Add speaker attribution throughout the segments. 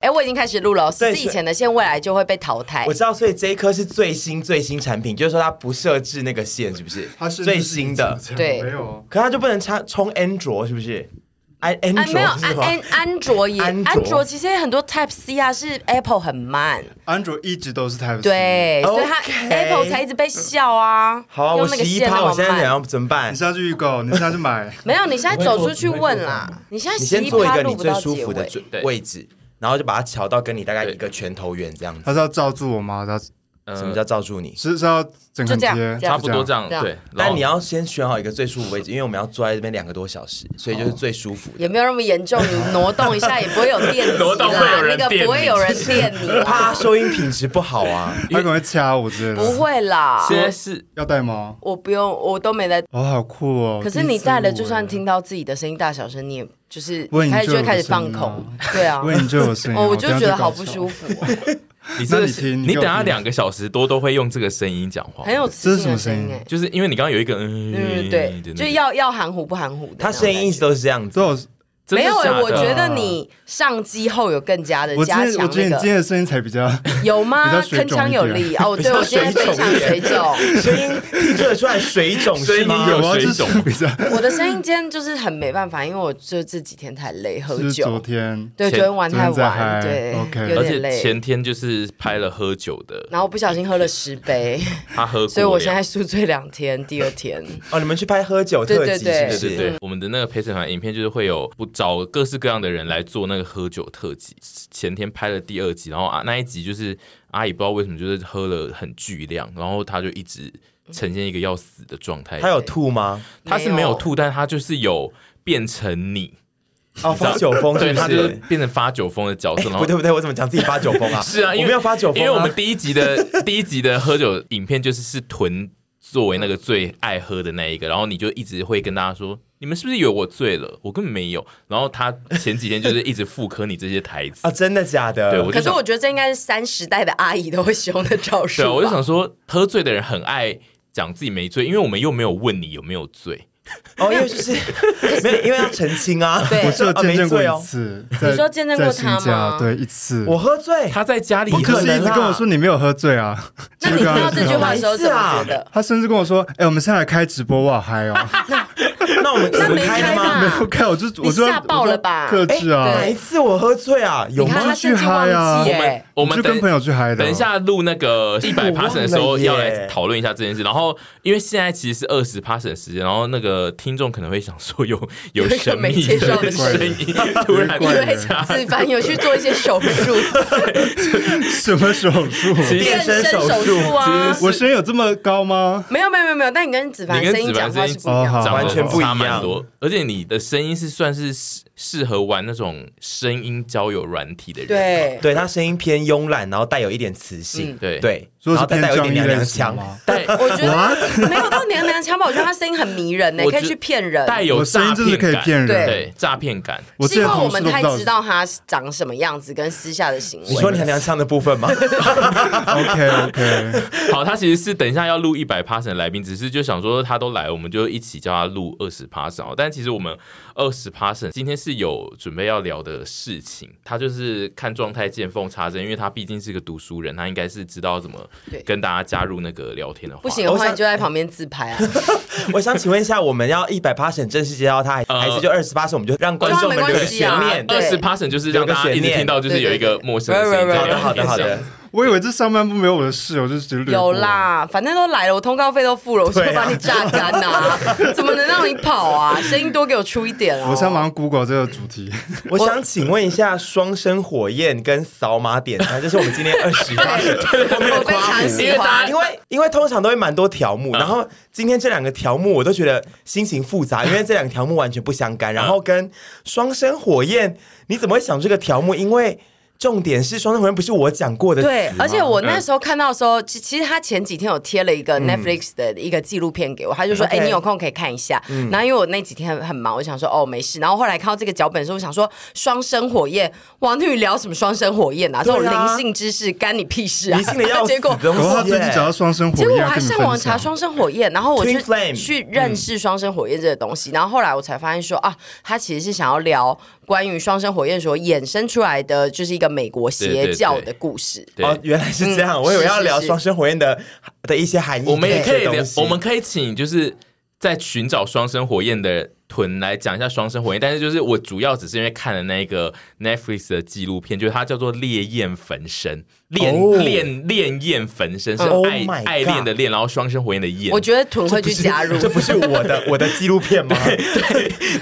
Speaker 1: 哎，我已经开始录了哦，
Speaker 2: 对
Speaker 1: 是以前的，现在未来就会被淘汰
Speaker 2: 我。知道，所以这一颗是最新最新产品，就是说它不设置那个线，是不是？
Speaker 3: 它是
Speaker 2: 最新的，
Speaker 1: 对
Speaker 3: 没有
Speaker 2: 可它就不能插充安卓，是不是？安安
Speaker 1: 啊，没有
Speaker 2: 卓
Speaker 1: 安
Speaker 2: 是吗？
Speaker 1: 安安卓也，
Speaker 2: 安卓
Speaker 1: 安卓其实也很多 Type C 啊，是 Apple 很慢，
Speaker 3: 安卓一直都是 Type C，
Speaker 1: 对，所以它
Speaker 2: OK
Speaker 1: Apple 才一直被笑啊。
Speaker 2: 好啊，我
Speaker 1: 用那个
Speaker 2: 十一
Speaker 1: 线那
Speaker 2: 趴，
Speaker 1: 么
Speaker 2: 我现在想
Speaker 1: 慢。
Speaker 2: 要怎么办
Speaker 3: 你？下去 预购，你下去买，
Speaker 1: 没有，你现在走出去问啦，你现在
Speaker 2: 你
Speaker 1: 十
Speaker 2: 先
Speaker 1: 一
Speaker 2: 做一
Speaker 1: 趴
Speaker 2: 个
Speaker 1: 录
Speaker 2: 你
Speaker 1: 不
Speaker 2: 最
Speaker 1: 到
Speaker 2: 舒
Speaker 1: 结
Speaker 2: 服的
Speaker 1: 尾。
Speaker 2: 准位置，然后就把它调到跟你大概一个拳头远这样子。
Speaker 3: 它是要罩住我吗？它
Speaker 2: 什么叫罩住你？
Speaker 3: 是是要整个
Speaker 1: 就这样
Speaker 3: 贴，
Speaker 1: 这样
Speaker 4: 呃差不多这样
Speaker 1: 这样
Speaker 4: 对。然
Speaker 2: 但
Speaker 4: 后
Speaker 2: 你要先选好一个最舒服位置，因为我们要坐在这边两个多小时，所以就是最舒服 的。
Speaker 1: 也没有那么严重，你挪动一下也不会有电击啦，
Speaker 4: 挪动会有人
Speaker 1: 那个
Speaker 4: 电
Speaker 1: 不会
Speaker 4: 你
Speaker 1: 有人电你
Speaker 2: 怕
Speaker 1: 啦，
Speaker 2: 收音品质不好啊，
Speaker 3: 它可能会掐我之类的。
Speaker 1: 不，会啦，
Speaker 4: 现在是
Speaker 3: 要戴吗？
Speaker 1: 我不用，我都没在。
Speaker 3: 哦，好酷哦！
Speaker 1: 可是
Speaker 3: 第
Speaker 1: 你
Speaker 3: 一次
Speaker 1: 戴了，
Speaker 3: 录
Speaker 1: 就
Speaker 3: 哎
Speaker 1: 算听，到自己的声音大小声，你也就是
Speaker 3: 问你
Speaker 1: 开始就
Speaker 3: 就
Speaker 1: 会
Speaker 3: 有
Speaker 1: 开始
Speaker 3: 声
Speaker 1: 放
Speaker 3: 音
Speaker 1: 空，对啊。
Speaker 3: 喂，你就有声 音，
Speaker 1: 哦，我就觉得好不
Speaker 3: 服。
Speaker 1: 舒服哦，
Speaker 4: 你真的
Speaker 3: 那你
Speaker 4: 是
Speaker 3: 听
Speaker 4: 你
Speaker 3: 你给
Speaker 4: 等
Speaker 3: 我
Speaker 4: 下
Speaker 3: 听
Speaker 4: 两个小时多都会用这个声音讲话
Speaker 1: 很，有
Speaker 3: 这
Speaker 1: 磁
Speaker 3: 是
Speaker 1: 性
Speaker 3: 什
Speaker 1: 的
Speaker 3: 么
Speaker 1: 声音
Speaker 3: 声音
Speaker 1: 哎。
Speaker 4: 就是因为你刚刚有一个嗯，
Speaker 1: 嗯，对，
Speaker 4: 的那个
Speaker 1: 就是要要含糊不含糊的那种感
Speaker 2: 他
Speaker 1: 觉。
Speaker 2: 声音一直都是这样子。
Speaker 3: 所以
Speaker 1: 没
Speaker 3: 我
Speaker 4: 真的
Speaker 1: 有哎，
Speaker 4: 假的
Speaker 1: 我觉得你上机后有更加的
Speaker 3: 我今
Speaker 1: 加
Speaker 3: 天我
Speaker 1: 强
Speaker 3: 觉得
Speaker 1: 那
Speaker 3: 你今
Speaker 1: 个，
Speaker 3: 天的声音才比较，
Speaker 1: 有吗？
Speaker 3: 比较水
Speaker 1: 铿
Speaker 3: 肿
Speaker 1: 锵有
Speaker 3: 一点
Speaker 1: 力哦，对
Speaker 2: 较
Speaker 1: 我现在非
Speaker 2: 水肿
Speaker 1: 常
Speaker 2: 一点
Speaker 1: 水肿，
Speaker 2: 声音 听得出来水肿是吗？
Speaker 4: 声音有
Speaker 3: 我要啊就
Speaker 4: 水
Speaker 3: 是
Speaker 4: 肿
Speaker 3: 比较。
Speaker 1: 我的声音今天就是很没办法，因为我就这几天太累，喝
Speaker 3: 是昨
Speaker 1: 酒，
Speaker 3: 天
Speaker 1: 对，昨
Speaker 4: 前
Speaker 1: 天玩太
Speaker 3: 昨天在嗨
Speaker 1: 晚，对
Speaker 3: OK
Speaker 1: 有
Speaker 4: 而
Speaker 1: 点
Speaker 4: 且
Speaker 1: 累。
Speaker 4: 前天就是拍了喝酒的，
Speaker 1: 然后不小心喝了十杯，
Speaker 4: 他喝过量，
Speaker 1: 所以我现在宿醉两天，第二天。
Speaker 2: 哦，你们去拍喝酒特辑
Speaker 1: 对
Speaker 2: 是
Speaker 1: 对
Speaker 2: 不
Speaker 4: 对
Speaker 2: 是？
Speaker 4: 对对，我们的那个陪审团影片就是会有不找各式各样的人来做那个喝酒特辑。前天拍了第二集，然后啊那一集就是阿姨不知道为什么就是喝了很巨量，然后她就一直呈现一个要死的状态。
Speaker 2: 他有吐吗？
Speaker 4: 她是没有吐，但她就是有变成你，
Speaker 2: 哦，发酒疯
Speaker 4: 对
Speaker 2: 是不
Speaker 4: 她就是
Speaker 2: 是？
Speaker 4: 变成发酒疯的角
Speaker 2: 哎
Speaker 4: 色，然后
Speaker 2: 不对不对，我怎么讲自己发酒疯啊？
Speaker 4: 是啊，因为
Speaker 2: 我没有发酒疯啊，
Speaker 4: 因为我们第一集的 第一集的喝酒影片就是是囤作为那个最爱喝的那一个，然后你就一直会跟大家说，你们是不是以为我醉了？我根本没有。然后他前几天就是一直复刻你这些台词
Speaker 2: 啊，，真的假的？
Speaker 4: 对我
Speaker 1: 可
Speaker 4: 就是想
Speaker 1: 我觉得这应该是三十代的阿姨都会使用的招数
Speaker 4: 对
Speaker 1: 吧。
Speaker 4: 啊，我就想说，喝醉的人很爱讲自己没醉，因为我们又没有问你有没有醉，
Speaker 2: 哦，因 为就是没有，因为要澄清啊。
Speaker 1: 对
Speaker 3: 我是有
Speaker 2: 哦
Speaker 3: 见
Speaker 2: 没
Speaker 3: 证过
Speaker 2: 醉
Speaker 3: 一
Speaker 2: 哦。
Speaker 3: 次，在
Speaker 1: 你说见证过
Speaker 3: 在新
Speaker 1: 他
Speaker 3: 家
Speaker 1: 吗
Speaker 3: 对，一次。
Speaker 2: 我喝醉，
Speaker 4: 他在家里
Speaker 3: 不可
Speaker 2: 能
Speaker 3: 能一直
Speaker 2: 啦
Speaker 3: 跟我说你没有喝醉啊！
Speaker 1: 那你听到这句话的时候怎么觉得？
Speaker 3: 他甚至跟我说：“哎、我们现在来开直播，我好 嗨哦！”
Speaker 2: 那我们
Speaker 1: 那
Speaker 2: 我们
Speaker 1: 没
Speaker 2: 开
Speaker 1: 开
Speaker 2: 了吗？哎
Speaker 1: 吧
Speaker 3: 没有开，我就
Speaker 1: 你
Speaker 3: 我就
Speaker 1: 吓爆了吧哎
Speaker 3: 我就克制啊！
Speaker 2: 哪一次我喝醉啊？有
Speaker 1: 你看
Speaker 2: 吗
Speaker 1: 他？甚至忘
Speaker 3: 去嗨啊
Speaker 1: 记
Speaker 3: 我
Speaker 1: 耶，
Speaker 4: 我们
Speaker 3: 就
Speaker 4: 等
Speaker 3: 跟朋友去嗨的。啊
Speaker 4: 等一，下录那个一百 passion 的时
Speaker 2: 我
Speaker 4: 候，
Speaker 2: 忘了耶
Speaker 4: 要来讨论一下这件事。然后，因为现在其实是二十 passion 时间，然后那个听众可能会想说有有
Speaker 1: 有一个
Speaker 4: 神
Speaker 1: 没
Speaker 4: 秘
Speaker 1: 介绍的
Speaker 4: 的声音 突然
Speaker 3: 怪
Speaker 1: 因
Speaker 3: 人
Speaker 1: 为子凡有去做一些手术，
Speaker 3: 什么手术？
Speaker 4: 其实
Speaker 1: 变身手术啊。
Speaker 3: 我声音有这么高吗？
Speaker 1: 没有没有没有没有，但你跟子凡
Speaker 4: 你跟
Speaker 1: 声音
Speaker 4: 子
Speaker 1: 讲
Speaker 4: 凡
Speaker 1: 话是
Speaker 4: 声
Speaker 1: 不
Speaker 4: 音
Speaker 1: 一样
Speaker 3: 哦
Speaker 1: 的
Speaker 3: 好。
Speaker 4: 长
Speaker 2: 完
Speaker 4: 得
Speaker 2: 全不一
Speaker 4: 差蛮
Speaker 2: 样
Speaker 4: 多，而且你的声音是算是适适合玩那种声音交友软体的人，，
Speaker 1: 对，
Speaker 2: 对他声音偏慵懒，然后带有一点磁性
Speaker 1: 嗯，
Speaker 4: 对
Speaker 2: 对，
Speaker 3: 说
Speaker 2: 然
Speaker 3: 是
Speaker 2: 后再
Speaker 3: 偏
Speaker 2: 带有一
Speaker 3: 张
Speaker 2: 点
Speaker 3: 力
Speaker 2: 娘
Speaker 3: 类
Speaker 2: 娘
Speaker 3: 型
Speaker 2: 腔。
Speaker 3: 吗？
Speaker 4: 带
Speaker 1: 我觉得没有到娘娘腔吧，我觉得他声音很迷人呢，
Speaker 4: 我
Speaker 1: 可以
Speaker 4: 觉
Speaker 1: 去骗人。
Speaker 4: 带有
Speaker 3: 我声
Speaker 4: 诈
Speaker 3: 音真的
Speaker 4: 骗
Speaker 3: 可以
Speaker 4: 感，
Speaker 3: 骗人。
Speaker 1: 对
Speaker 4: 对诈骗感。
Speaker 3: 我
Speaker 1: 是
Speaker 3: 之
Speaker 1: 因
Speaker 3: 前
Speaker 1: 为我
Speaker 3: 同事
Speaker 1: 们
Speaker 3: 都不
Speaker 1: 太知
Speaker 3: 知道。
Speaker 1: 道他长什么样子跟私下的行为。
Speaker 2: 你说娘娘腔的部分吗？
Speaker 3: OK OK，
Speaker 4: 好，他其实是等一下要录一百 p a s s 的来宾，只是就想说他都来，我们就一起叫他录二十 p a s s 哦。但其实我们二十 p a s s 今天是有准备要聊的事情，他就是看状态见缝插针，因为他毕竟是个读书人，他应该是知道怎么
Speaker 1: 对
Speaker 4: 跟大家加入那个聊天的话。
Speaker 1: 不行的
Speaker 2: 我
Speaker 1: 话，
Speaker 2: 想
Speaker 1: 你就在旁边自拍啊。
Speaker 2: 我想请问一下，我们要一百 p a 正式接到他，
Speaker 4: 呃
Speaker 2: 还是就二十八我们就让观众们
Speaker 1: 对啊
Speaker 2: 留
Speaker 1: 没
Speaker 2: 个
Speaker 1: 关系
Speaker 2: 悬
Speaker 1: 啊
Speaker 2: 念？
Speaker 1: 对
Speaker 4: 二十 p a s s 就是让大家一直听到，就是有一个陌生的声音
Speaker 1: 对对对
Speaker 4: 在
Speaker 2: 好
Speaker 1: 对
Speaker 2: 的，
Speaker 4: 聊
Speaker 2: 好
Speaker 4: 天
Speaker 2: 的，好
Speaker 4: 这样
Speaker 2: 的
Speaker 4: 子。。
Speaker 3: 我以为这上半部没有我的事，我就直接略过
Speaker 1: 有，啦，反正都来了，我通告费都付了，我说
Speaker 2: 啊
Speaker 1: 把你榨干呐、 怎么能让你跑啊？声音多给我出一点啊！
Speaker 3: 我现在马上 Google 这个主 题，
Speaker 2: 我想请问一下，双生火焰跟扫码点餐，这是我们今天二十发 的
Speaker 1: 我非常喜欢
Speaker 2: 因，为因为通常都会蛮多条
Speaker 1: 嗯
Speaker 2: 目，然后今天这两个条目我都觉得心情 复杂，因为这两个条目完全不相
Speaker 1: 嗯
Speaker 2: 干，然后跟双生火焰，你怎么会想这个条目？因为重点是双生火焰不是我讲过的词吗，
Speaker 1: 对，而且
Speaker 2: 嗯
Speaker 1: 我那时候看到的时候，其其实他前几天有贴了一个 Netflix 的一个纪录片给我，他就说：“哎、
Speaker 2: OK 嗯
Speaker 1: 你有空可以看一下。然后因为我那几天很很忙，我想说哦没事。然后后来看到这个脚本的时候，我想说双生火焰，王女聊什么双生火焰啊？这种
Speaker 2: 对啊
Speaker 1: 灵性知识干你屁事啊！
Speaker 2: 迷信的要死
Speaker 1: 结
Speaker 2: 的
Speaker 1: 果
Speaker 2: 东西
Speaker 3: 然
Speaker 2: 耶。
Speaker 3: 后他最近找到双生火
Speaker 1: 结果
Speaker 3: 焰
Speaker 1: 我
Speaker 3: 要
Speaker 1: 还
Speaker 3: 跟你分享，
Speaker 1: 上网查双生火焰，然后我就
Speaker 2: Twin flame
Speaker 1: 去认识双生火焰这个东西，然后后来我才发现说啊，他其实是想要聊关于双生火焰所衍生出来的，就是一个美国邪教的故事。
Speaker 4: 对
Speaker 2: 哦，原来是
Speaker 1: 嗯
Speaker 2: 这样，我以为要聊双生火焰的的一些含义。
Speaker 4: 我们也可以聊
Speaker 2: 东，西
Speaker 4: 我们可以请就是在寻找双生火焰的屯来讲一下双生火焰，但是就是我主要只是因为看了那个 Netflix 的纪录片，就是它叫做《烈焰焚身》，恋
Speaker 2: 哦
Speaker 4: 恋恋焰焚身是
Speaker 2: 嗯
Speaker 4: 爱
Speaker 2: Oh my
Speaker 4: 爱
Speaker 2: God
Speaker 4: 恋的恋，然后双生火焰的焰
Speaker 1: 我，觉得屯会去加入，
Speaker 2: 这不是我的我的纪录片吗？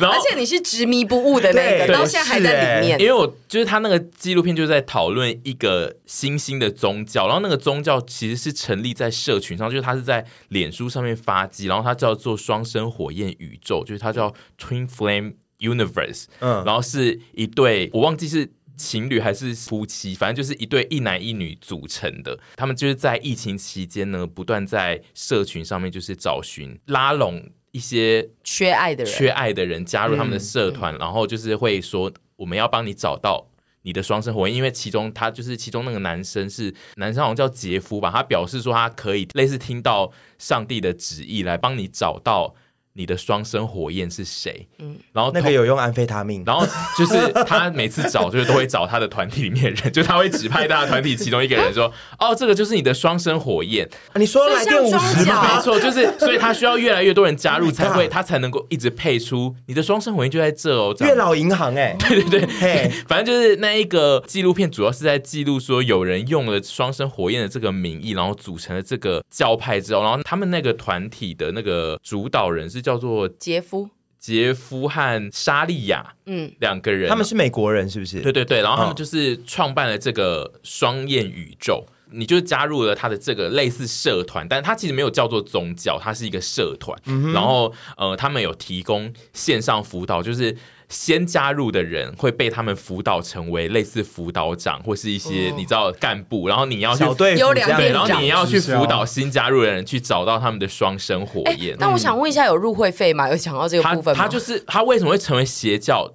Speaker 4: 然
Speaker 1: 而。
Speaker 4: 后
Speaker 1: 且你是执迷不悟的那个，
Speaker 2: 对
Speaker 1: 到现在还在里面。
Speaker 4: 因为我就是他那个纪录片就在讨论一个新兴的宗教，然后那个宗教其实是成立在社群上，就是它是在脸书上面发迹，然后它叫做双生火焰宇宙，就是它叫 Twin Flame Universe，
Speaker 2: 嗯
Speaker 4: 嗯，然后是一对我忘记是。情侣还是夫妻，反正就是一对一男一女组成的。他们就是在疫情期间呢，不断在社群上面就是找寻拉拢一些
Speaker 1: 缺爱的人，
Speaker 4: 缺爱的人加入他们的社团，然后就是会说我们要帮你找到你的双生火焰，因为其中他就是其中那个男生是男生好像叫杰夫吧，他表示说他可以类似听到上帝的旨意来帮你找到你的双生火焰是谁，嗯，然后
Speaker 2: 那个
Speaker 4: 同。
Speaker 2: 有用安非他命，
Speaker 4: 然后就是他每次找，就是都会找他的团体里面的人，就他会指派他的团体其中一个人说：“哦，这个就是你的双生火焰。”
Speaker 2: 你说来电五
Speaker 1: 所以 像
Speaker 2: 十
Speaker 1: 双脚
Speaker 2: 吗？
Speaker 4: 没错，就是所以他需要越来越多人加入，
Speaker 2: Oh my
Speaker 4: 才会
Speaker 2: God
Speaker 4: 他才能够一直配出你的双生火焰就在这哦。这样
Speaker 2: 月 老银行哎、对对对，嘿，
Speaker 4: 反正就是那一个纪录片，主要是在记录说有人用了双生火焰的这个名义，然后组成了这个教派之后，然后他们那个团体的那个主导人是叫做
Speaker 1: 杰夫，
Speaker 4: 杰夫和莎莉亚
Speaker 1: 嗯，
Speaker 4: 两个人，
Speaker 2: 他们是美国人是不是？
Speaker 4: 对对对，然后他
Speaker 2: 哦
Speaker 4: 们就是创办了这个双燕宇宙。你就加入了他的这个类似社团，但它其实没有叫做宗教，它是一个社团。
Speaker 2: 嗯
Speaker 4: 然后呃，他们有提供线上辅导，就是先加入的人会被他们辅导成为类似辅导长或是一些、你知道干部，然后你要去
Speaker 2: 哦小队服
Speaker 1: 优良
Speaker 2: 这样
Speaker 1: 店
Speaker 4: 对，
Speaker 1: 长
Speaker 4: 然后你要去
Speaker 3: 直销
Speaker 4: 辅导新加入的人去找到他们的双生火
Speaker 1: 哎、
Speaker 4: 焰。
Speaker 1: 但我想问一下，有入会费吗？有讲到这个
Speaker 4: 他
Speaker 1: 部分吗？
Speaker 4: 他就是他为什么会成为邪教？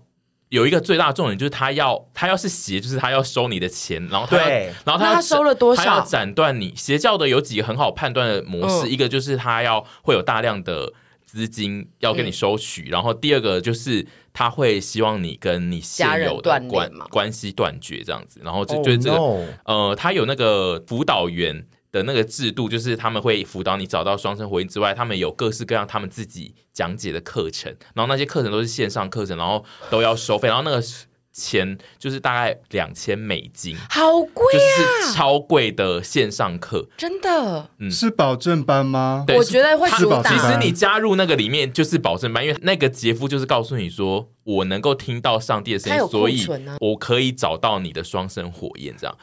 Speaker 4: 有一个最大的重点就是他要他要是邪，就是他要收你的钱，然后他要
Speaker 2: 对
Speaker 4: 然后
Speaker 1: 那
Speaker 4: 他
Speaker 1: 他
Speaker 4: 要
Speaker 1: 收了多少
Speaker 4: 他要斩断你邪教的有几个很好判断的模式，
Speaker 1: 嗯
Speaker 4: 一个就是他要会有大量的资金要
Speaker 1: 嗯
Speaker 4: 跟你收取，然后第二个就是他会希望你跟你
Speaker 1: 家
Speaker 4: 现
Speaker 1: 人
Speaker 4: 有的
Speaker 1: 断
Speaker 4: 关
Speaker 1: 联嘛
Speaker 4: 关系断绝这样子，然后就
Speaker 2: Oh
Speaker 4: 就是这个
Speaker 2: no
Speaker 4: 呃，他有那个辅导员的那个制度，就是他们会辅导你找到双生火焰之外，他们有各式各样他们自己讲解的课程，然后那些课程都是线上课程，然后都要收费，然后那个钱就是大概两千美金，
Speaker 1: 好贵
Speaker 4: 就
Speaker 1: 啊，
Speaker 4: 是超贵的线上课。
Speaker 1: 真的，
Speaker 4: 嗯
Speaker 3: 是保证班吗？
Speaker 4: 对
Speaker 1: 我觉得会
Speaker 4: 他
Speaker 1: 主
Speaker 3: 是吧
Speaker 4: 其
Speaker 3: 是
Speaker 4: 实
Speaker 3: 吧
Speaker 1: 打。
Speaker 4: 你加入那个里面就是保证班，因为那个杰夫就是告诉你说，我能够听到上帝的声
Speaker 1: 他有
Speaker 4: 音，
Speaker 1: 库
Speaker 4: 所以
Speaker 1: 存啊
Speaker 4: 我可以找到你的双生火焰，这样。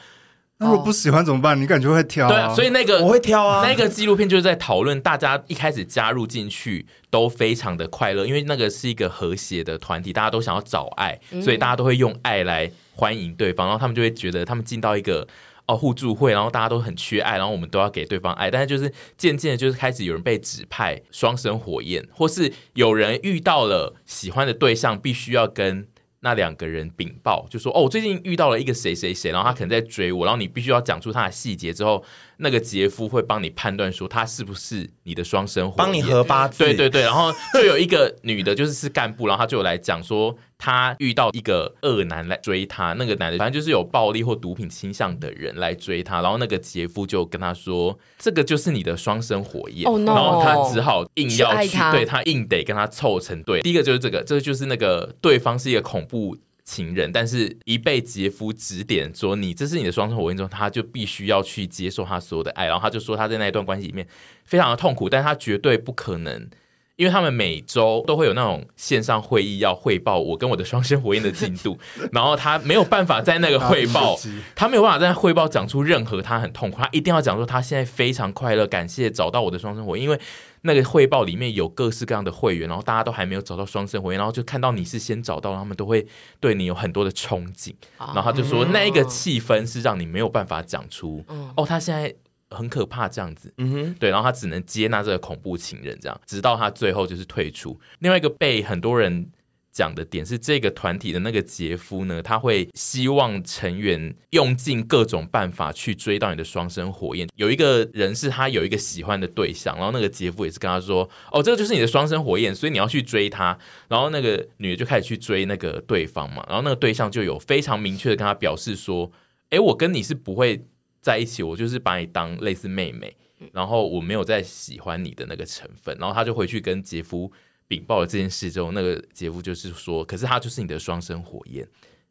Speaker 3: 那如果不喜欢怎么办？你感觉会挑
Speaker 4: 对啊，所以那个
Speaker 2: 我会挑啊
Speaker 4: 那个纪录片就是在讨论大家一开始加入进去都非常的快乐，因为那个是一个和谐的团体，大家都想要找爱，所以大家都会用爱来欢迎对方，然后他们就会觉得他们进到一个。哦，互助会，然后大家都很缺爱，然后我们都要给对方爱，但是就是渐渐的，就是开始有人被指派双生火焰，或是有人遇到了喜欢的对象，必须要跟那两个人禀报，就说哦，我最近遇到了一个谁谁谁，然后他可能在追我，然后你必须要讲出他的细节之后，那个杰夫会帮你判断说他是不是你的双生火焰，
Speaker 2: 帮你合八字，
Speaker 4: 对对对，然后就有一个女的，就是是干部，然后她就有来讲说，她遇到一个恶男来追她，那个男的反正就是有暴力或毒品倾向的人来追她，然后那个杰夫就跟她说，这个就是你的双生火焰
Speaker 1: Oh no
Speaker 4: 然后她只好硬要
Speaker 1: 去爱
Speaker 4: 去，
Speaker 1: 他
Speaker 4: 对她硬得跟他凑成对。第一个就是这个，这个就是那个对方是一个恐怖。情人，但是一被杰夫指点说你这是你的双生火焰之后，他就必须要去接受他所有的爱，然后他就说他在那一段关系里面非常的痛苦，但他绝对不可能。因为他们每周都会有那种线上会议要汇报我跟我的双生火焰的进度， 然后他没有办法在那个汇
Speaker 3: 啊
Speaker 4: 报
Speaker 3: 自己，
Speaker 4: 他没有办法在汇报讲出任何他很痛苦，他一定要讲说他现在非常快乐，感谢找到我的双生火焰，因为那个汇报里面有各式各样的会员，然后大家都还没有找到双生火焰，然后就看到你是先找到，他们都会对你有很多的憧憬，然后他就
Speaker 2: 嗯
Speaker 4: 说那一个气氛是让你没有办法讲出，哦，他现在很可怕这样子，
Speaker 2: 嗯哼，
Speaker 4: 对，然后他只能接纳这个恐怖情人这样，直到他最后就是退出。另外一个被很多人讲的点是，这个团体的那个杰夫呢，他会希望成员用尽各种办法去追到你的双生火焰。有一个人是他有一个喜欢的对象，然后那个杰夫也是跟他说：“哦，这个就是你的双生火焰，所以你要去追他。”然后那个女的就开始去追那个对方嘛，然后那个对象就有非常明确的跟他表示说：“诶，我跟你是不会在一起，我就是把你当类似妹妹。”然后我没有再喜欢你的那个成分，然后他就回去跟杰夫禀报了这件事之后，那个杰夫就是说，可是他就是你的双生火焰，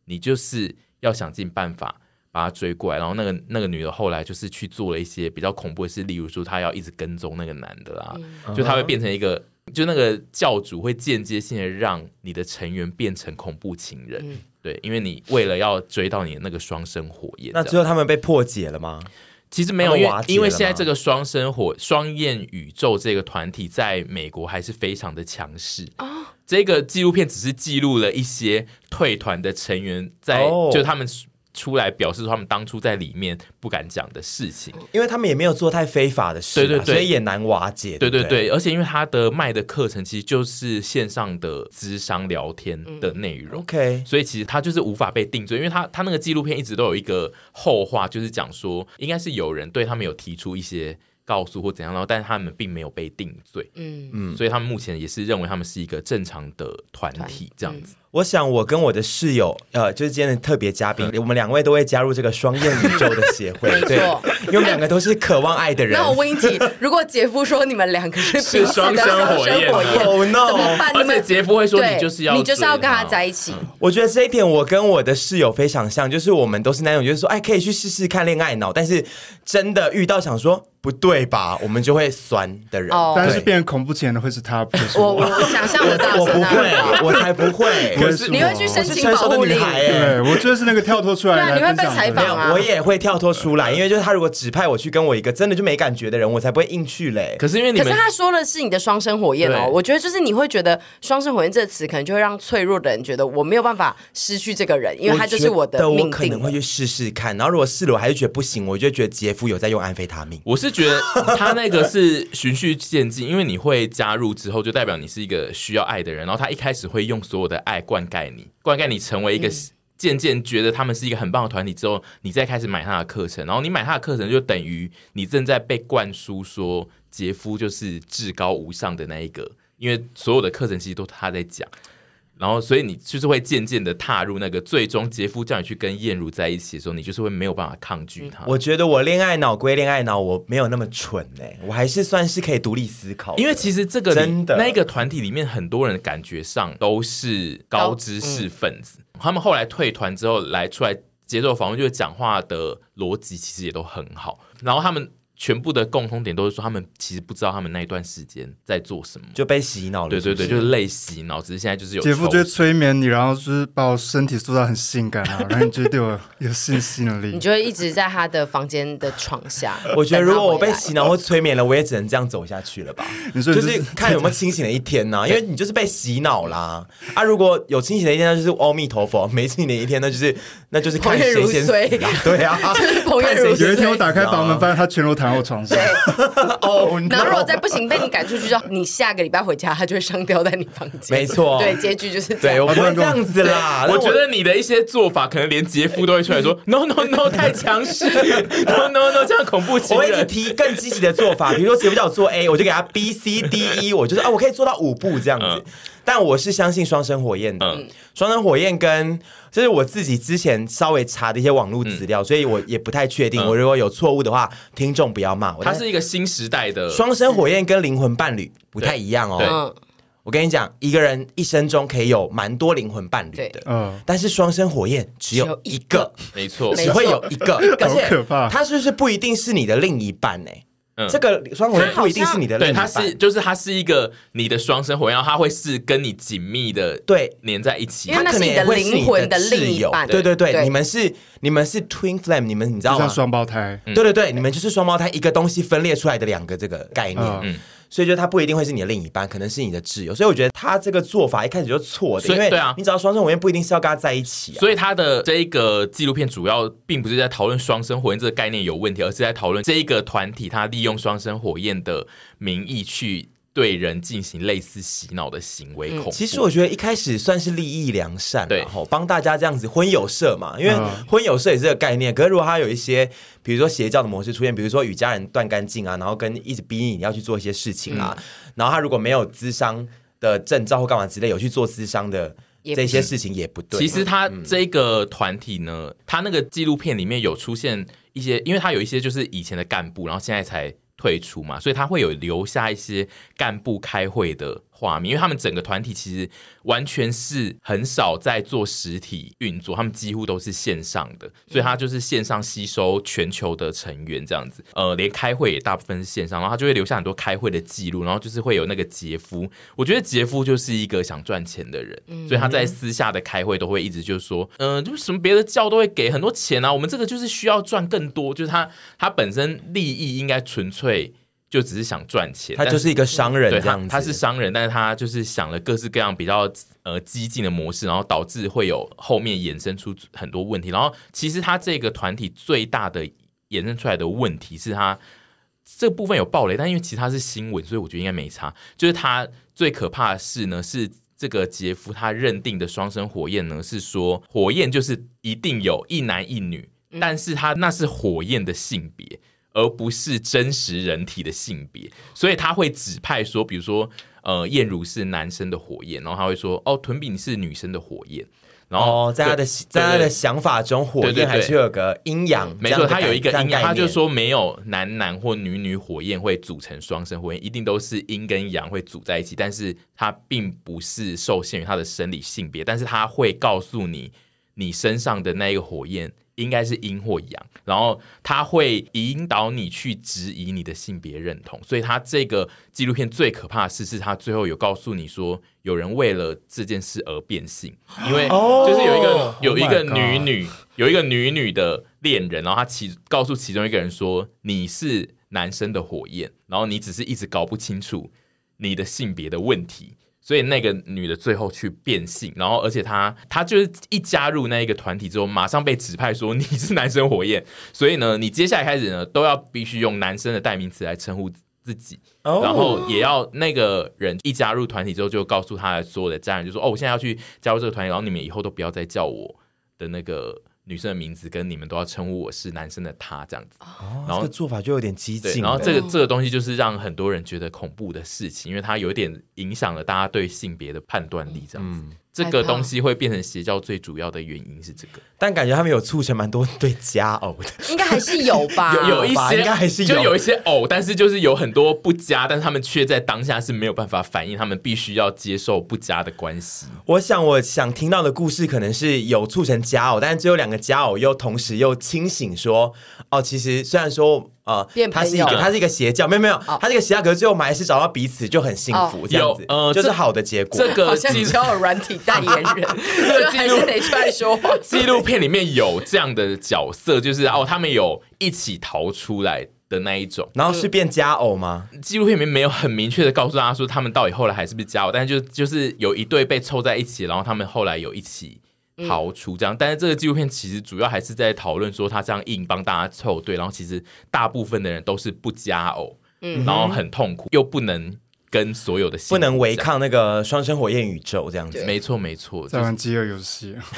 Speaker 4: 你就是要想尽办法把他追过来。然后那个那个女的后来就是去做了一些比较恐怖的事，例如说她要一直跟踪那个男的啦，就她会变成一个。就那个教主会间接性的让你的成员变成恐怖情人，对，因为你为了要追到你的那个双生火焰，
Speaker 2: 那
Speaker 4: 这样
Speaker 2: 最后他们被破解了吗？
Speaker 4: 其实没有，
Speaker 2: 他
Speaker 4: 因
Speaker 2: 们
Speaker 4: 为
Speaker 2: 瓦解了吗
Speaker 4: 因为现在这个双生火双焰宇宙这个团体在美国还是非常的强势这个纪录片只是记录了一些退团的成员在，
Speaker 2: 哦
Speaker 4: 就他们出来表示说他们当初在里面不敢讲的事情。
Speaker 2: 因为他们也没有做太非法的事啊、
Speaker 4: 对对对
Speaker 2: 所以也难瓦解。
Speaker 4: 对
Speaker 2: 对
Speaker 4: 对
Speaker 2: 不
Speaker 4: 对，而且因为他的卖的课程其实就是线上的智商聊天的内容。
Speaker 2: ，OK，
Speaker 4: 所以其实他就是无法被定罪，因为他他那个纪录片一直都有一个后话，就是讲说应该是有人对他们有提出一些告诉或怎样，然后但他们并没有被定罪，
Speaker 1: 嗯，
Speaker 2: 嗯
Speaker 4: 所以他们目前也是认为他们是一个正常的团体这样子。
Speaker 2: 我想我跟我的室友，呃，就是今天的特别嘉宾，我们两位都会加入这个双燕宇宙的协会
Speaker 1: 没，错
Speaker 2: 对，因为我们两个都是渴望爱的人。
Speaker 1: 那我问一 题，如果姐夫说你们两个是彼此
Speaker 4: 双
Speaker 1: 的
Speaker 4: 生火
Speaker 1: 生
Speaker 4: 焰
Speaker 1: 火焰，
Speaker 2: Oh
Speaker 1: 怎么
Speaker 2: no！
Speaker 1: 办？你
Speaker 4: 而且
Speaker 1: 们
Speaker 4: 杰夫会说
Speaker 1: 对
Speaker 4: 你就是要
Speaker 1: 你就是要
Speaker 4: 追
Speaker 1: 跟他在一起，
Speaker 2: 我觉得这一点我跟我的室友非常像，就是我们都是那种就是说，哎，可以去试试看恋爱脑，但是真的遇到想说不对吧，我们就会酸的人。
Speaker 1: 哦
Speaker 3: 但是变成恐怖情人的会是他，不是
Speaker 1: 我我想象得到
Speaker 2: 我
Speaker 1: 是
Speaker 2: 不
Speaker 1: 那样。
Speaker 2: 会，我才不会。
Speaker 3: 不会是我
Speaker 1: 你会去申
Speaker 2: 是
Speaker 1: 请
Speaker 2: 成
Speaker 1: 保
Speaker 2: 熟的
Speaker 1: 护
Speaker 2: 女
Speaker 1: 令，
Speaker 2: 孩哎、
Speaker 3: 对，我觉得是那个跳脱出 来
Speaker 1: 对啊
Speaker 3: 来
Speaker 1: 你会被
Speaker 3: 分享
Speaker 1: 采
Speaker 3: 的
Speaker 1: 访
Speaker 2: 没有，
Speaker 1: 啊
Speaker 2: 我也会跳脱出来，因为就是他如果指派我去跟我一个真的就没感觉的人，我才不会硬去嘞。
Speaker 4: 可是因为你
Speaker 1: 可
Speaker 4: 们
Speaker 1: 是他说的是你的双生火焰哦，
Speaker 4: 对
Speaker 1: 我觉得就是你会觉得“双生火焰”这个词可能就会让脆弱的人觉得我没有办法失去这个人，因为他就是
Speaker 2: 我觉
Speaker 1: 的
Speaker 2: 得
Speaker 1: 命
Speaker 2: 我可
Speaker 1: 定
Speaker 2: 能
Speaker 1: 了
Speaker 2: 会。去试试看，然后如果试了我还是觉得不行，我就觉得杰夫有在用安非他命。
Speaker 4: 我是觉得他那个是循序渐进，因为你会加入之后，就代表你是一个需要爱的人。然后他一开始会用所有的爱灌溉你，灌溉你成为一个渐渐觉得他们是一个很棒的团体之后，你再开始买他的课程。然后你买他的课程，就等于你正在被灌输说杰夫就是至高无上的那一个，因为所有的课程其实都他在讲。然后，所以你就是会渐渐的踏入那个，最终杰夫叫你去跟燕如在一起的时候，你就是会没有办法抗拒他。
Speaker 1: 哦
Speaker 2: 我觉得我恋爱脑归恋爱脑，我没有那么蠢嘞、我还是算是可以独立思考的。
Speaker 4: 因为其实这个里
Speaker 2: 真的
Speaker 4: 那一个团体里面，很多人感觉上都是高知识分子，
Speaker 2: 嗯
Speaker 4: 他们后来退团之后来出来接受访问，就是讲话的逻辑其实也都很好，然后他们。全部的共通点都是说，他们其实不知道他们那一段时间在做什么。
Speaker 2: 就被洗脑了，
Speaker 4: 对对
Speaker 2: 是
Speaker 4: 对，
Speaker 2: 不是
Speaker 4: 就是累洗脑，只是现在就是有
Speaker 3: 姐夫
Speaker 4: 抽
Speaker 3: 就会催眠你，然后就是把我身体塑造很性感啊，然后你就对我有性吸引
Speaker 1: 你
Speaker 3: 力。
Speaker 1: 就会一直在他的房间的床下。
Speaker 2: 我觉得如果我被
Speaker 1: 等他回来
Speaker 2: 洗脑或催眠了，我也只能这样走下去了吧？
Speaker 3: 你说
Speaker 2: 就
Speaker 3: 你
Speaker 2: 是看有没有清醒的一天呐、因为你就是被洗脑啦。啊，如果有清醒的一天，那就是阿弥陀佛；没清醒的一天，那就是那就是看谁先 死
Speaker 1: 彭越如
Speaker 2: 啦。对啊，
Speaker 1: 就是 彭越
Speaker 2: 看谁
Speaker 1: 如
Speaker 2: 先
Speaker 3: 有
Speaker 1: 水。
Speaker 3: 一天我打开房门，发现他全裸躺在我床上，
Speaker 2: 哦 no
Speaker 1: 然后如果再不行被你赶出去，就你下个礼拜回家，他就会上吊在你房间。
Speaker 2: 没错
Speaker 1: 对，结局就是这
Speaker 2: 对，
Speaker 1: 样。
Speaker 2: 我不会这样子啦。
Speaker 4: 我觉得你的一些做法，可能连杰夫都会出来说 “no no no” 太强势，“no no no” 这样恐怖
Speaker 2: 那
Speaker 4: 情
Speaker 2: 我。我会一直
Speaker 4: 人。
Speaker 2: 提更积极的做 法，比如说姐夫叫我做 A，我就给他 B C D E，我就是啊，我可以做到五步这样子。
Speaker 4: 嗯
Speaker 2: 但我是相信双生火焰的，双生火焰跟这是我自己之前稍微查的一些网络资料，所以我也不太确定。
Speaker 4: 嗯
Speaker 2: 我如果有错误的话，听众不要骂我。
Speaker 4: 他
Speaker 2: 但
Speaker 4: 是一个新时代的
Speaker 2: 双生火焰跟灵魂伴侣不太一样哦。
Speaker 4: 对
Speaker 1: 嗯，
Speaker 2: 我跟你讲，一个人一生中可以有蛮多灵魂伴侣的
Speaker 1: 对，
Speaker 3: 嗯，
Speaker 2: 但是双生火焰
Speaker 1: 只
Speaker 2: 只
Speaker 1: 有
Speaker 2: 有
Speaker 1: 一
Speaker 2: 一
Speaker 1: 个
Speaker 2: 个，
Speaker 4: 没错，
Speaker 1: 没
Speaker 2: 只会有一 个，而且
Speaker 3: 好可怕
Speaker 2: 它是不是不一定是你的另一半呢、
Speaker 4: 嗯
Speaker 2: 这个双火焰不一定是你的另
Speaker 4: 对，
Speaker 2: 一
Speaker 4: 它
Speaker 2: 半，
Speaker 4: 是就是它是一个你的双生火焰，它会是跟你紧密的
Speaker 2: 对
Speaker 4: 粘在一起
Speaker 1: 因为。
Speaker 2: 他
Speaker 1: 那
Speaker 2: 可
Speaker 1: 是
Speaker 2: 能
Speaker 1: 你
Speaker 2: 也
Speaker 1: 的
Speaker 2: 会是
Speaker 1: 灵
Speaker 2: 你
Speaker 1: 魂的
Speaker 2: 的
Speaker 1: 另
Speaker 2: 挚
Speaker 1: 一
Speaker 2: 友
Speaker 1: 半
Speaker 2: 对对对，
Speaker 1: 对
Speaker 2: 你们是你们是 twin flame，你们你知
Speaker 3: 就
Speaker 2: 道
Speaker 3: 像
Speaker 2: 吗？
Speaker 3: 双胞胎，
Speaker 4: 嗯
Speaker 2: 对对对，你们就是双胞胎，一个东西分裂出来的两个这个概念，
Speaker 3: 嗯
Speaker 4: 嗯
Speaker 2: 所以就它不一定会是你的另一半，可能是你的挚友。所以我觉得他这个做法一开始就错的，
Speaker 4: 所以
Speaker 2: 因为
Speaker 4: 对啊
Speaker 2: 你只要双生火焰不一定是要跟他在一起啊。
Speaker 4: 所以他的这一个纪录片主要并不是在讨论双生火焰这个概念有问题，而是在讨论这一个团体他利用双生火焰的名义去对人进行类似洗脑的行为恐怖。
Speaker 2: 嗯其实我觉得一开始算是利益良善啦，
Speaker 4: 对
Speaker 2: 然后帮大家这样子婚友社嘛，因为
Speaker 3: 嗯
Speaker 2: 婚友社也是这个概念。可是如果他有一些，比如说邪教的模式出现，比如说与家人断干净啊，然后跟一直逼你要去做一些事情啊，
Speaker 4: 嗯
Speaker 2: 然后他如果没有资商的证照或干嘛之类，有去做资商的
Speaker 1: 也不
Speaker 2: 这些事情也不对。嗯
Speaker 4: 其实他这个团体呢，他那个纪录片里面有出现一些，因为他有一些就是以前的干部，然后现在才退出嘛，所以他会有留下一些干部开会的画面，因为他们整个团体其实完全是很少在做实体运作，他们几乎都是线上的，所以他就是线上吸收全球的成员这样子，呃，连开会也大部分是线上，然后他就会留下很多开会的记录，然后就是会有那个杰夫，我觉得杰夫就是一个想赚钱的人，所以他在私下的开会都会一直就说，嗯、就是什么别的教都会给很多钱啊，我们这个就是需要赚更多，就是他他本身利益应该纯粹就只是想赚钱，
Speaker 2: 他
Speaker 4: 但
Speaker 2: 就是一个商人
Speaker 4: 对
Speaker 2: 这
Speaker 4: 他
Speaker 2: 样子，
Speaker 4: 他是商人，但是他就是想了各式各样比较呃激进的模式，然后导致会有后面衍生出很多问题。然后其实他这个团体最大的衍生出来的问题是他这部分有暴雷，但因为其实它是新闻，所以我觉得应该没差。就是他最可怕的事呢是。这个杰夫他认定的双生火焰呢，是说火焰就是一定有一男一女，但是他那是火焰的性别，而不是真实人体的性别，所以他会指派说，比如说，呃，燕如是男生的火焰，然后他会说，哦，屯比你是女生的火焰，然后
Speaker 2: 哦，在他的
Speaker 4: 对
Speaker 2: 在他的想法中，火
Speaker 4: 对对
Speaker 2: 焰还是有个阴阳，
Speaker 4: 没
Speaker 2: 嗯这
Speaker 4: 错，
Speaker 2: 样的
Speaker 4: 他有一个
Speaker 2: 概
Speaker 4: 阴阳，
Speaker 2: 这
Speaker 4: 他就。
Speaker 2: 样概念
Speaker 4: 说没有男男或女女火焰会组成双生火焰，一定都是阴跟阳会组在一起，但是它并不是受限于他的生理性别，但是他会告诉你，你身上的那一个火焰应该是阴或阳，然后他会引导你去质疑你的性别认同，所以他这个纪录片最可怕的事是，他最后有告诉你说，有人为了这件事而变性，因为
Speaker 2: 哦
Speaker 4: 就是有一个、
Speaker 2: Oh
Speaker 4: 有一个
Speaker 3: 哦 my God
Speaker 4: 女女有一个女女的恋人，然后她其告诉其中一个人说你是男生的火焰，然后你只是一直搞不清楚你的性别的问题。所以那个女的最后去变性，然后而且她她就是一加入那一个团体之后，马上被指派说你是男生火焰，所以呢，你接下来开始呢都要必须用男生的代名词来称呼自己，
Speaker 2: 哦
Speaker 4: 然后也要那个人一加入团体之后，就告诉他的所有的家人，就说：“哦，我现在要去加入这个团体，然后你们以后都不要再叫我的那个女生的名字，跟你们都要称呼我是男生的他这样子。
Speaker 2: 哦
Speaker 4: 然后
Speaker 2: 这个做啊法就有点激
Speaker 4: 对，
Speaker 2: 进了，
Speaker 4: 然后这个这个东西就是让很多人觉得恐怖的事情，因为它有点影响了大家对性别的判断力，这样
Speaker 2: 嗯
Speaker 4: 子。这个东西会变成邪教最主要的原因是这个，
Speaker 2: 但感觉他们有促成蛮多对家偶的。
Speaker 1: 应该还是有吧？
Speaker 4: 有有一
Speaker 2: 啊吧
Speaker 4: 些
Speaker 2: 应该还是有
Speaker 4: 就有一些偶，但是就是有很多不佳，但是他们却在当下是没有办法反应，他们必须要接受不佳的关系。
Speaker 2: 我想我想听到的故事可能是有促成家偶，但是最后两个家偶又同时又清醒说，哦，其实虽然说呃
Speaker 1: 变，
Speaker 2: 他
Speaker 1: 朋友哦
Speaker 2: 是一个
Speaker 4: 了
Speaker 2: 他是一个邪教，没有没有，他是一个邪教，可是最后我们还是找到彼此就很幸福，
Speaker 4: 哦
Speaker 2: 这样子，
Speaker 4: 有呃
Speaker 2: 就是
Speaker 4: 这
Speaker 2: 好的结
Speaker 3: 哦
Speaker 2: 果。
Speaker 4: 这
Speaker 1: 好
Speaker 4: 个
Speaker 1: 像
Speaker 4: 纪
Speaker 1: 你交友软体代言人，就还是得出来说话。
Speaker 4: 纪录片里面有这样的角色，就是哦，他们有一起逃出来的那一种。
Speaker 2: 然后是变家偶吗？
Speaker 3: 嗯
Speaker 4: 纪录片里面没有很明确的告诉大家说他们到底后来还是不是家偶，但是就就是有一对被凑在一起，然后他们后来有一起逃出这样。但是这个纪录片其实主要还是在讨论说他这样硬帮大家凑对，然后其实大部分的人都是不加偶，嗯，然后很痛苦，又不能跟所有的
Speaker 2: 不能违
Speaker 4: 抗。
Speaker 2: 抗那个双生火焰宇宙这样子。
Speaker 4: 没错没错，
Speaker 3: 在
Speaker 4: 就是
Speaker 3: 玩饥饿游戏。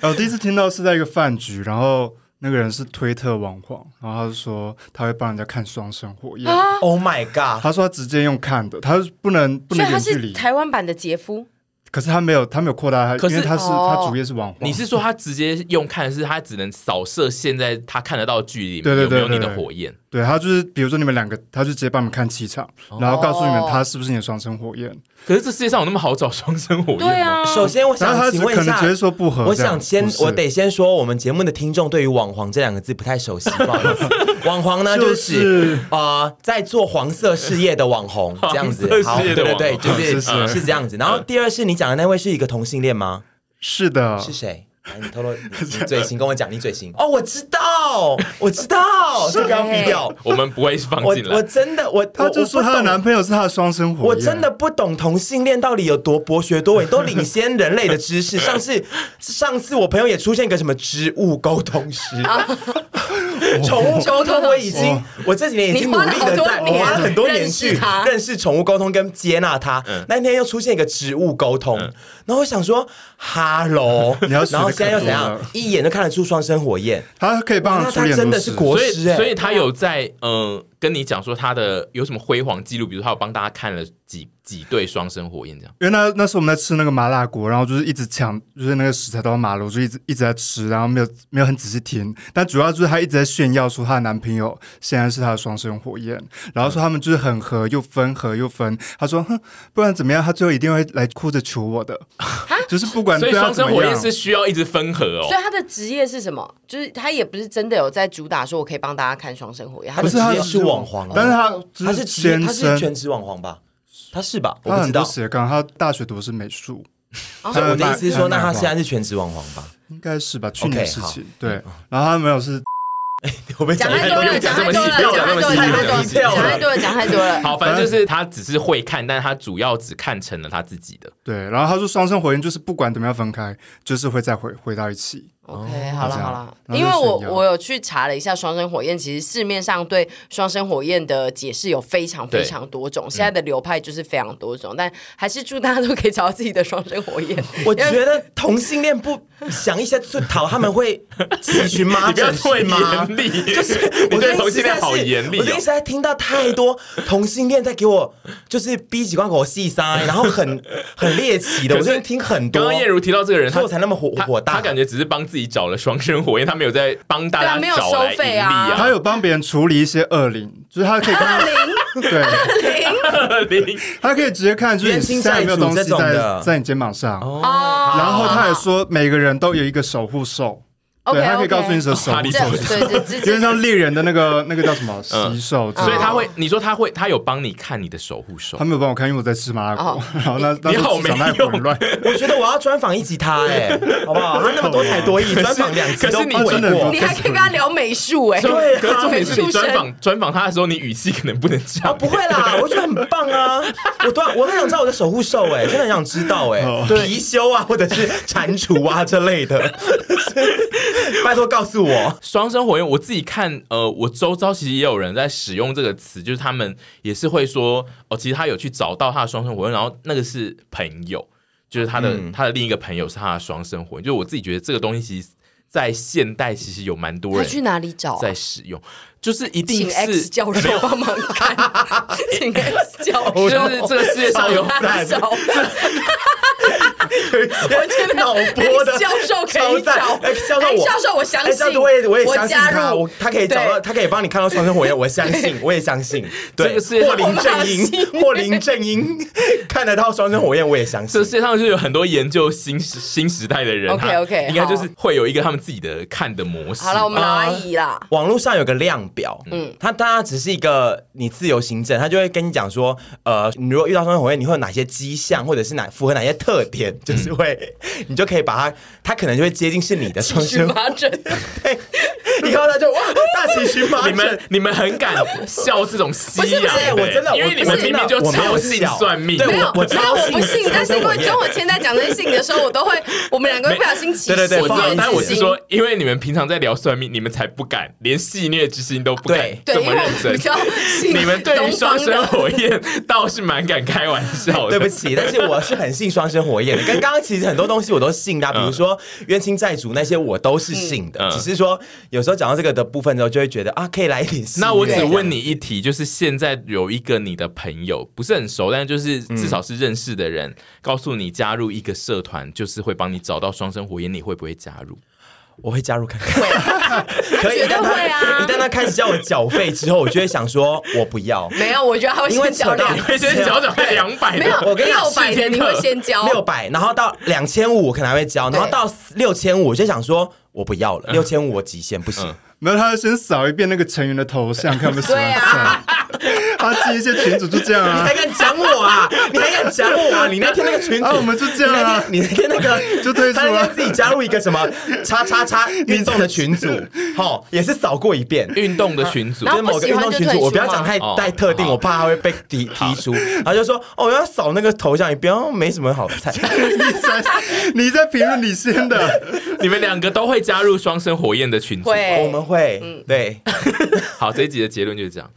Speaker 3: 然后第一次听到是在一个饭局，然后那个人是推特网红，然后他就说他会帮人家看双生
Speaker 1: 啊
Speaker 3: 火焰，
Speaker 2: Oh my god！
Speaker 3: 他说他直接用看的，他不能不
Speaker 1: 所以他
Speaker 3: 能远距
Speaker 1: 是
Speaker 3: 离，
Speaker 1: 台湾版的杰夫，
Speaker 3: 可是他没有他没有扩大他，
Speaker 4: 可是
Speaker 3: 因为他是
Speaker 1: 哦
Speaker 3: 他主页是网红，
Speaker 4: 你是说他直接用看，是他只能扫射现在他看得到的距离里面
Speaker 3: 对对对
Speaker 4: 有没有你
Speaker 3: 对
Speaker 4: 的
Speaker 3: 对
Speaker 4: 火焰？
Speaker 3: 对他就是，比如说你们两个，他就直接帮你们看气场，
Speaker 2: 哦
Speaker 3: 然后告诉你们他是不是你的双生火焰。
Speaker 4: 可是这世界上有那么好找双生火焰吗？
Speaker 1: 对啊，
Speaker 2: 首先，我
Speaker 3: 然后
Speaker 2: 想
Speaker 3: 他
Speaker 2: 请问
Speaker 3: 可
Speaker 2: 一
Speaker 3: 能
Speaker 2: 下
Speaker 3: 直，接说不嗯合这样。
Speaker 2: 我想先
Speaker 3: 不，是
Speaker 2: 我得先说，我们节目的听众对于“网黄”这两个字不太熟悉，不好意思。网黄呢，
Speaker 3: 就
Speaker 2: 就是是呃，在做黄色事业的网红，这样子
Speaker 4: 黄。色
Speaker 2: 好，
Speaker 4: 事业
Speaker 2: 对
Speaker 4: 的
Speaker 2: 对对，
Speaker 4: 网
Speaker 2: 就
Speaker 4: 红
Speaker 2: 是
Speaker 3: 是是
Speaker 2: 是这样子。然后第二是你讲的那位是一个同性恋吗？
Speaker 3: 是的，
Speaker 2: 是谁？来，你透露你你嘴型，跟我讲你嘴型。哦，我知道，我知道，这个要逼掉。
Speaker 4: 我们不会放
Speaker 2: 我
Speaker 4: 进
Speaker 2: 我
Speaker 4: 来。
Speaker 2: 真的我，
Speaker 3: 他就说
Speaker 2: 我
Speaker 3: 他
Speaker 2: 我
Speaker 3: 的
Speaker 2: 不懂
Speaker 3: 男朋友是他的双生火焰。
Speaker 2: 我真的不懂同性恋到底有多博学多闻，都领先人类的知 识。上次上次我朋友也出现一个什么植物沟通师，
Speaker 1: 啊
Speaker 2: 宠物沟通，我已
Speaker 3: 哦
Speaker 2: 经我这几年已经
Speaker 1: 你
Speaker 2: 努
Speaker 1: 花了
Speaker 2: 力的
Speaker 1: 好
Speaker 2: 在
Speaker 1: 多年
Speaker 2: 花了很多年
Speaker 1: 认识
Speaker 2: 去
Speaker 1: 它
Speaker 2: 认识宠物沟通跟接纳它。
Speaker 3: 嗯
Speaker 2: 那天又出现一个植物沟通，然后我想说哈喽，
Speaker 3: 你要学得
Speaker 2: 然后现在又怎
Speaker 3: 可
Speaker 2: 样
Speaker 3: 多了？
Speaker 2: 一眼就看得出双生火焰，
Speaker 3: 他可以帮
Speaker 2: 哇
Speaker 3: 他
Speaker 2: 那
Speaker 3: 处
Speaker 2: 他
Speaker 3: 理
Speaker 2: 真
Speaker 3: 很多事。
Speaker 2: 的是国
Speaker 4: 所以，
Speaker 2: 师哎，
Speaker 4: 所以他有在嗯、呃跟你讲说他的有什么辉煌记录，比如他有帮大家看了几几对双生火焰这样。
Speaker 3: 因为那那时候我们在吃那个麻辣锅，然后就是一直抢，就是那个食材都要麻了，我就一直一直在吃，然后没有没有很仔细听。但主要就是她一直在炫耀说她的男朋友现在是她的双生火焰，然后说他们就是很合又分合又分。她说哼，不然怎么样？她最后一定会来哭着求我的， 就是不管
Speaker 4: 所
Speaker 3: 对
Speaker 4: 以
Speaker 2: 啊
Speaker 3: 她
Speaker 4: 双
Speaker 3: 怎
Speaker 4: 生
Speaker 3: 么
Speaker 4: 火焰
Speaker 3: 样
Speaker 4: 是。需要一直分合哦
Speaker 1: 所。以他的职业是什么？就是他也不是真的有在主打说我可以帮大家看双生火焰，他
Speaker 2: 不
Speaker 1: 的
Speaker 2: 是
Speaker 1: 职
Speaker 3: 她
Speaker 2: 直接是网黄
Speaker 3: 但是她
Speaker 2: 他
Speaker 3: 就是
Speaker 2: 职业
Speaker 3: 先
Speaker 2: 他是全
Speaker 3: 生，
Speaker 2: 职网红吧？他是吧？我
Speaker 3: 她
Speaker 2: 不知
Speaker 3: 很多
Speaker 2: 道。哦
Speaker 3: 斜杠，她大学读的是美术，
Speaker 2: 所以我的
Speaker 3: 她
Speaker 2: 意思是说，
Speaker 3: 漫
Speaker 2: 那他
Speaker 3: 画
Speaker 2: 现在是哦全职网红吧？
Speaker 3: 应该是吧？去年的
Speaker 2: OK，
Speaker 3: 事
Speaker 2: 好
Speaker 3: 情对，然后她没有是
Speaker 2: 我被
Speaker 1: 讲
Speaker 4: 太
Speaker 1: 太
Speaker 4: 多
Speaker 1: 多
Speaker 4: 了
Speaker 1: 了，
Speaker 4: 讲
Speaker 1: 讲太
Speaker 4: 太多
Speaker 1: 多
Speaker 4: 了
Speaker 1: 了，
Speaker 4: 讲
Speaker 1: 讲
Speaker 4: 太
Speaker 1: 太
Speaker 4: 多
Speaker 1: 多
Speaker 4: 了
Speaker 1: 了，
Speaker 2: 讲
Speaker 1: 讲
Speaker 2: 太
Speaker 1: 太多了，讲太多了。
Speaker 2: 呃
Speaker 4: 好，反正就是他只是会看，但是他主要只看成了他自己的。
Speaker 3: 对，然后她说双生火焰就是不管怎么样分开，就是会再回回到一起。
Speaker 4: 哦
Speaker 1: OK，好了
Speaker 3: 哦这样
Speaker 1: 好了，
Speaker 3: 然后就
Speaker 1: 因为我
Speaker 3: 炫耀
Speaker 1: 我有去查了一下双生火焰，其实市面上对双生火焰的解释有非常
Speaker 4: 对
Speaker 1: 非常多种，现在的流派就是非常多种，但还是祝大家都可以找到自己的双生火焰。
Speaker 2: 我觉得同性恋不想一下就讨，他们会起群麻
Speaker 4: 你不要
Speaker 2: 疹
Speaker 4: 这么
Speaker 2: 啊是吗？
Speaker 4: 严厉，
Speaker 2: 就是
Speaker 4: 你
Speaker 2: 我最
Speaker 4: 对
Speaker 2: 近
Speaker 4: 同性恋
Speaker 2: 实在是
Speaker 4: 好严厉
Speaker 2: 我最
Speaker 4: 哦
Speaker 2: 近实。在听到太多同性恋在给我就是逼几关口细塞，然后很 很猎奇的，
Speaker 4: 可
Speaker 2: 我
Speaker 4: 是
Speaker 2: 最近听很
Speaker 4: 刚
Speaker 2: 多
Speaker 4: 刚。燕如提到这个人，
Speaker 2: 所
Speaker 4: 他
Speaker 2: 以我才那么火
Speaker 4: 他
Speaker 2: 火大，
Speaker 4: 他感觉只是帮自己找了双生火焰，他没有在帮大
Speaker 1: 对
Speaker 4: 家
Speaker 1: 啊没有
Speaker 4: 找来
Speaker 1: 收费
Speaker 4: 盈利
Speaker 1: 啊
Speaker 3: 他有帮别人处理一些恶灵，就是他可以 跟 对，
Speaker 4: 零
Speaker 3: 他可以直接看，就是你现在有没有东
Speaker 2: 冤
Speaker 3: 西
Speaker 2: 亲债主这种
Speaker 3: 在
Speaker 2: 的
Speaker 3: 在你肩膀上。
Speaker 1: 哦
Speaker 3: 然后他也说，每个人都有一个守护兽，对，
Speaker 1: 哦 OK，OK
Speaker 3: 他可以告诉你的守
Speaker 4: 哦哈利
Speaker 3: 护
Speaker 4: 这
Speaker 3: 兽
Speaker 4: 样
Speaker 1: 这
Speaker 3: 是
Speaker 4: 手指
Speaker 3: 什么，
Speaker 1: 对对对
Speaker 3: 有
Speaker 1: 对，
Speaker 3: 点像猎人的那个那个叫什么
Speaker 4: 嗯
Speaker 3: 习兽之类的，
Speaker 4: 所以他
Speaker 2: 嗯
Speaker 4: 会，你说他会，他有帮你看你的守护手
Speaker 3: 他。没有帮我看，因为我在吃麻辣锅
Speaker 1: 哦，
Speaker 3: 然后那那
Speaker 4: 你
Speaker 3: 时
Speaker 4: 好
Speaker 3: 候
Speaker 4: 没
Speaker 3: 市场太
Speaker 4: 用
Speaker 3: 混乱，
Speaker 2: 我觉得我要专访一集他哎、好不好？他那么多才多艺，专访两集
Speaker 4: 可
Speaker 2: 都
Speaker 4: 是
Speaker 2: 不
Speaker 4: 你
Speaker 2: 为
Speaker 3: 真的
Speaker 2: 过
Speaker 3: 很
Speaker 1: 你还可以跟他聊美术哎，
Speaker 2: 对啊
Speaker 4: 可是重点是你
Speaker 1: 美术生
Speaker 4: 专访专访他的时候，你语气可能不能这
Speaker 2: 啊，
Speaker 4: 样。
Speaker 2: 不会啦，我觉得很棒啊！我多我很想知道我的守护兽哎、真的很想知道 哎、貔貅啊，或者是蟾蜍啊之类 的，拜托告诉我。
Speaker 4: 双生火焰，我自己看，呃，我周遭其实也有人在使用这个词，就是他们也是会说，哦，其实他有去找到他的双生火焰，然后那个是朋友，就是他
Speaker 1: 嗯
Speaker 4: 的、他的另一个朋友是他的双生火焰，就我自己觉得这个东西其实在现代其实有蛮多
Speaker 1: 他
Speaker 4: 人
Speaker 1: 去哪里找啊？
Speaker 4: 在使用，就是一定
Speaker 1: 请 X
Speaker 4: 是
Speaker 1: 教授帮忙看， 请 X 教授，
Speaker 4: 就是 这个世界上有
Speaker 1: 难找，
Speaker 2: 我觉得脑 波的
Speaker 1: 教授哎可以找
Speaker 2: 超赞哎教授我
Speaker 1: 哎教授我相信
Speaker 2: 哎教授我也我也
Speaker 1: 我
Speaker 2: 相信
Speaker 1: 加入
Speaker 2: 他，我他可以找到，
Speaker 1: 对
Speaker 2: 他可以帮你看到双生火焰，我相 信，我也相 信。对，
Speaker 4: 这个世界上
Speaker 2: 霍林正
Speaker 1: 我相
Speaker 2: 英，霍林正英 看得到双生火焰，我也相
Speaker 4: 这
Speaker 2: 信
Speaker 4: 世。界上就是有很多研究新时新时代的人
Speaker 1: OK，OK，
Speaker 4: 他应该就是
Speaker 1: 好
Speaker 4: 会有一个他们自己的看的模式。
Speaker 1: 好了，我们
Speaker 2: 啊
Speaker 1: 老阿姨啦，
Speaker 2: 网络上有个量表，嗯，它当然只是一个你自由行政，它就会跟你讲说，呃，你如果遇到双生火焰，你会有哪些迹象，或者是哪符合哪些特点，就是会，
Speaker 4: 嗯
Speaker 2: 你就可以把它，它可能就会接近是你的双
Speaker 1: 荨
Speaker 2: 生 火
Speaker 1: 麻疹，
Speaker 2: 焰，以后它就哇大起荨麻疹，
Speaker 4: 你 们你们很敢笑这种啊西
Speaker 1: 不是不
Speaker 4: 洋
Speaker 1: 是
Speaker 4: 的，
Speaker 2: 我真的
Speaker 4: 因为
Speaker 2: 我
Speaker 4: 你们
Speaker 2: 不是
Speaker 4: 明明就
Speaker 2: 我没有
Speaker 4: 超信
Speaker 2: 笑
Speaker 4: 算命，
Speaker 2: 对
Speaker 1: 没有没
Speaker 2: 我
Speaker 1: 有
Speaker 2: 超
Speaker 1: 我不
Speaker 2: 信
Speaker 1: 信，但是因为中文现在讲这些事情的时候，我都会，我们两个会不小心起
Speaker 2: 对对对
Speaker 4: 我
Speaker 1: 我
Speaker 2: 不
Speaker 4: 知
Speaker 2: 好
Speaker 4: 道
Speaker 2: 意，思
Speaker 4: 但我是说，因为你们平常在聊算命，你们才不敢，连戏谑之心都不敢
Speaker 2: 对
Speaker 4: 这
Speaker 1: 对，因
Speaker 4: 么
Speaker 1: 为我
Speaker 4: 认
Speaker 1: 们比
Speaker 4: 真。
Speaker 1: 较信
Speaker 4: 你们对于
Speaker 1: 东方
Speaker 4: 双
Speaker 1: 的
Speaker 4: 生火焰倒是蛮敢开玩笑的，
Speaker 2: 对不起，但是我是很信双生火焰的。跟刚刚其实很多东西我都信的啊、比如说冤亲债主那些我都是信的，
Speaker 4: 嗯嗯嗯
Speaker 2: 只是说有时候讲到这个的部分之后，就会觉得啊，可以来一点戏
Speaker 4: 那我只
Speaker 2: 虐
Speaker 4: 问你一题，就是现在有一个你的朋友不是很熟，但就是至
Speaker 2: 嗯
Speaker 4: 少是认识的人，告诉你加入一个社团，就是会帮你找到双生火焰，你会不会加入？
Speaker 2: 我会加入看看， 可以
Speaker 1: 啊绝对
Speaker 2: 但他
Speaker 1: 会啊
Speaker 2: 一旦他开始叫我缴费之后，我就会想说，我不要。
Speaker 1: 没有，我觉得他会
Speaker 2: 因为
Speaker 1: 先交
Speaker 2: 扯到
Speaker 1: 两
Speaker 4: 你会先缴缴费两百
Speaker 1: 没有
Speaker 4: 的，
Speaker 2: 我跟你讲
Speaker 1: 六百的你会先交，
Speaker 2: 六百，然后到两千五我可能还会交，然后到六千五我就想说，我不要了，
Speaker 3: 嗯
Speaker 2: 六千五我极限不行。
Speaker 3: 没有，他要先扫一遍那个成员的头像，看我们喜欢
Speaker 1: 对
Speaker 3: 谁。
Speaker 1: 啊、
Speaker 3: 他进一些群主就这样
Speaker 2: 你
Speaker 3: 啊
Speaker 2: 还，敢讲我 啊？你还敢讲我啊？你那天那个群主，
Speaker 3: 啊，我们就
Speaker 2: 你
Speaker 3: 这样
Speaker 2: 那
Speaker 3: 啊
Speaker 2: 天，你那天那个
Speaker 3: 就退出
Speaker 2: 他那
Speaker 3: 了
Speaker 2: 天。自己加入一个什么叉叉叉运动的群 组，好，也是扫过一遍。
Speaker 4: 运动的群组
Speaker 1: 然
Speaker 2: 就是
Speaker 1: 后
Speaker 2: 某个运动
Speaker 1: 不
Speaker 2: 群
Speaker 1: 喜欢就退出
Speaker 2: 组，
Speaker 1: 吗
Speaker 2: 我不要讲太
Speaker 4: 哦
Speaker 2: 太特定，
Speaker 4: 好
Speaker 2: 我怕他会被踢踢出。然后就说哦，要扫那个头像，也不要没什么好 菜。
Speaker 3: 你在 你在评论你先的，
Speaker 4: 你们两个都会加入双生火焰的群组。
Speaker 1: 会嗯
Speaker 2: 我们会对，
Speaker 4: 好，这一集的结论就是这样。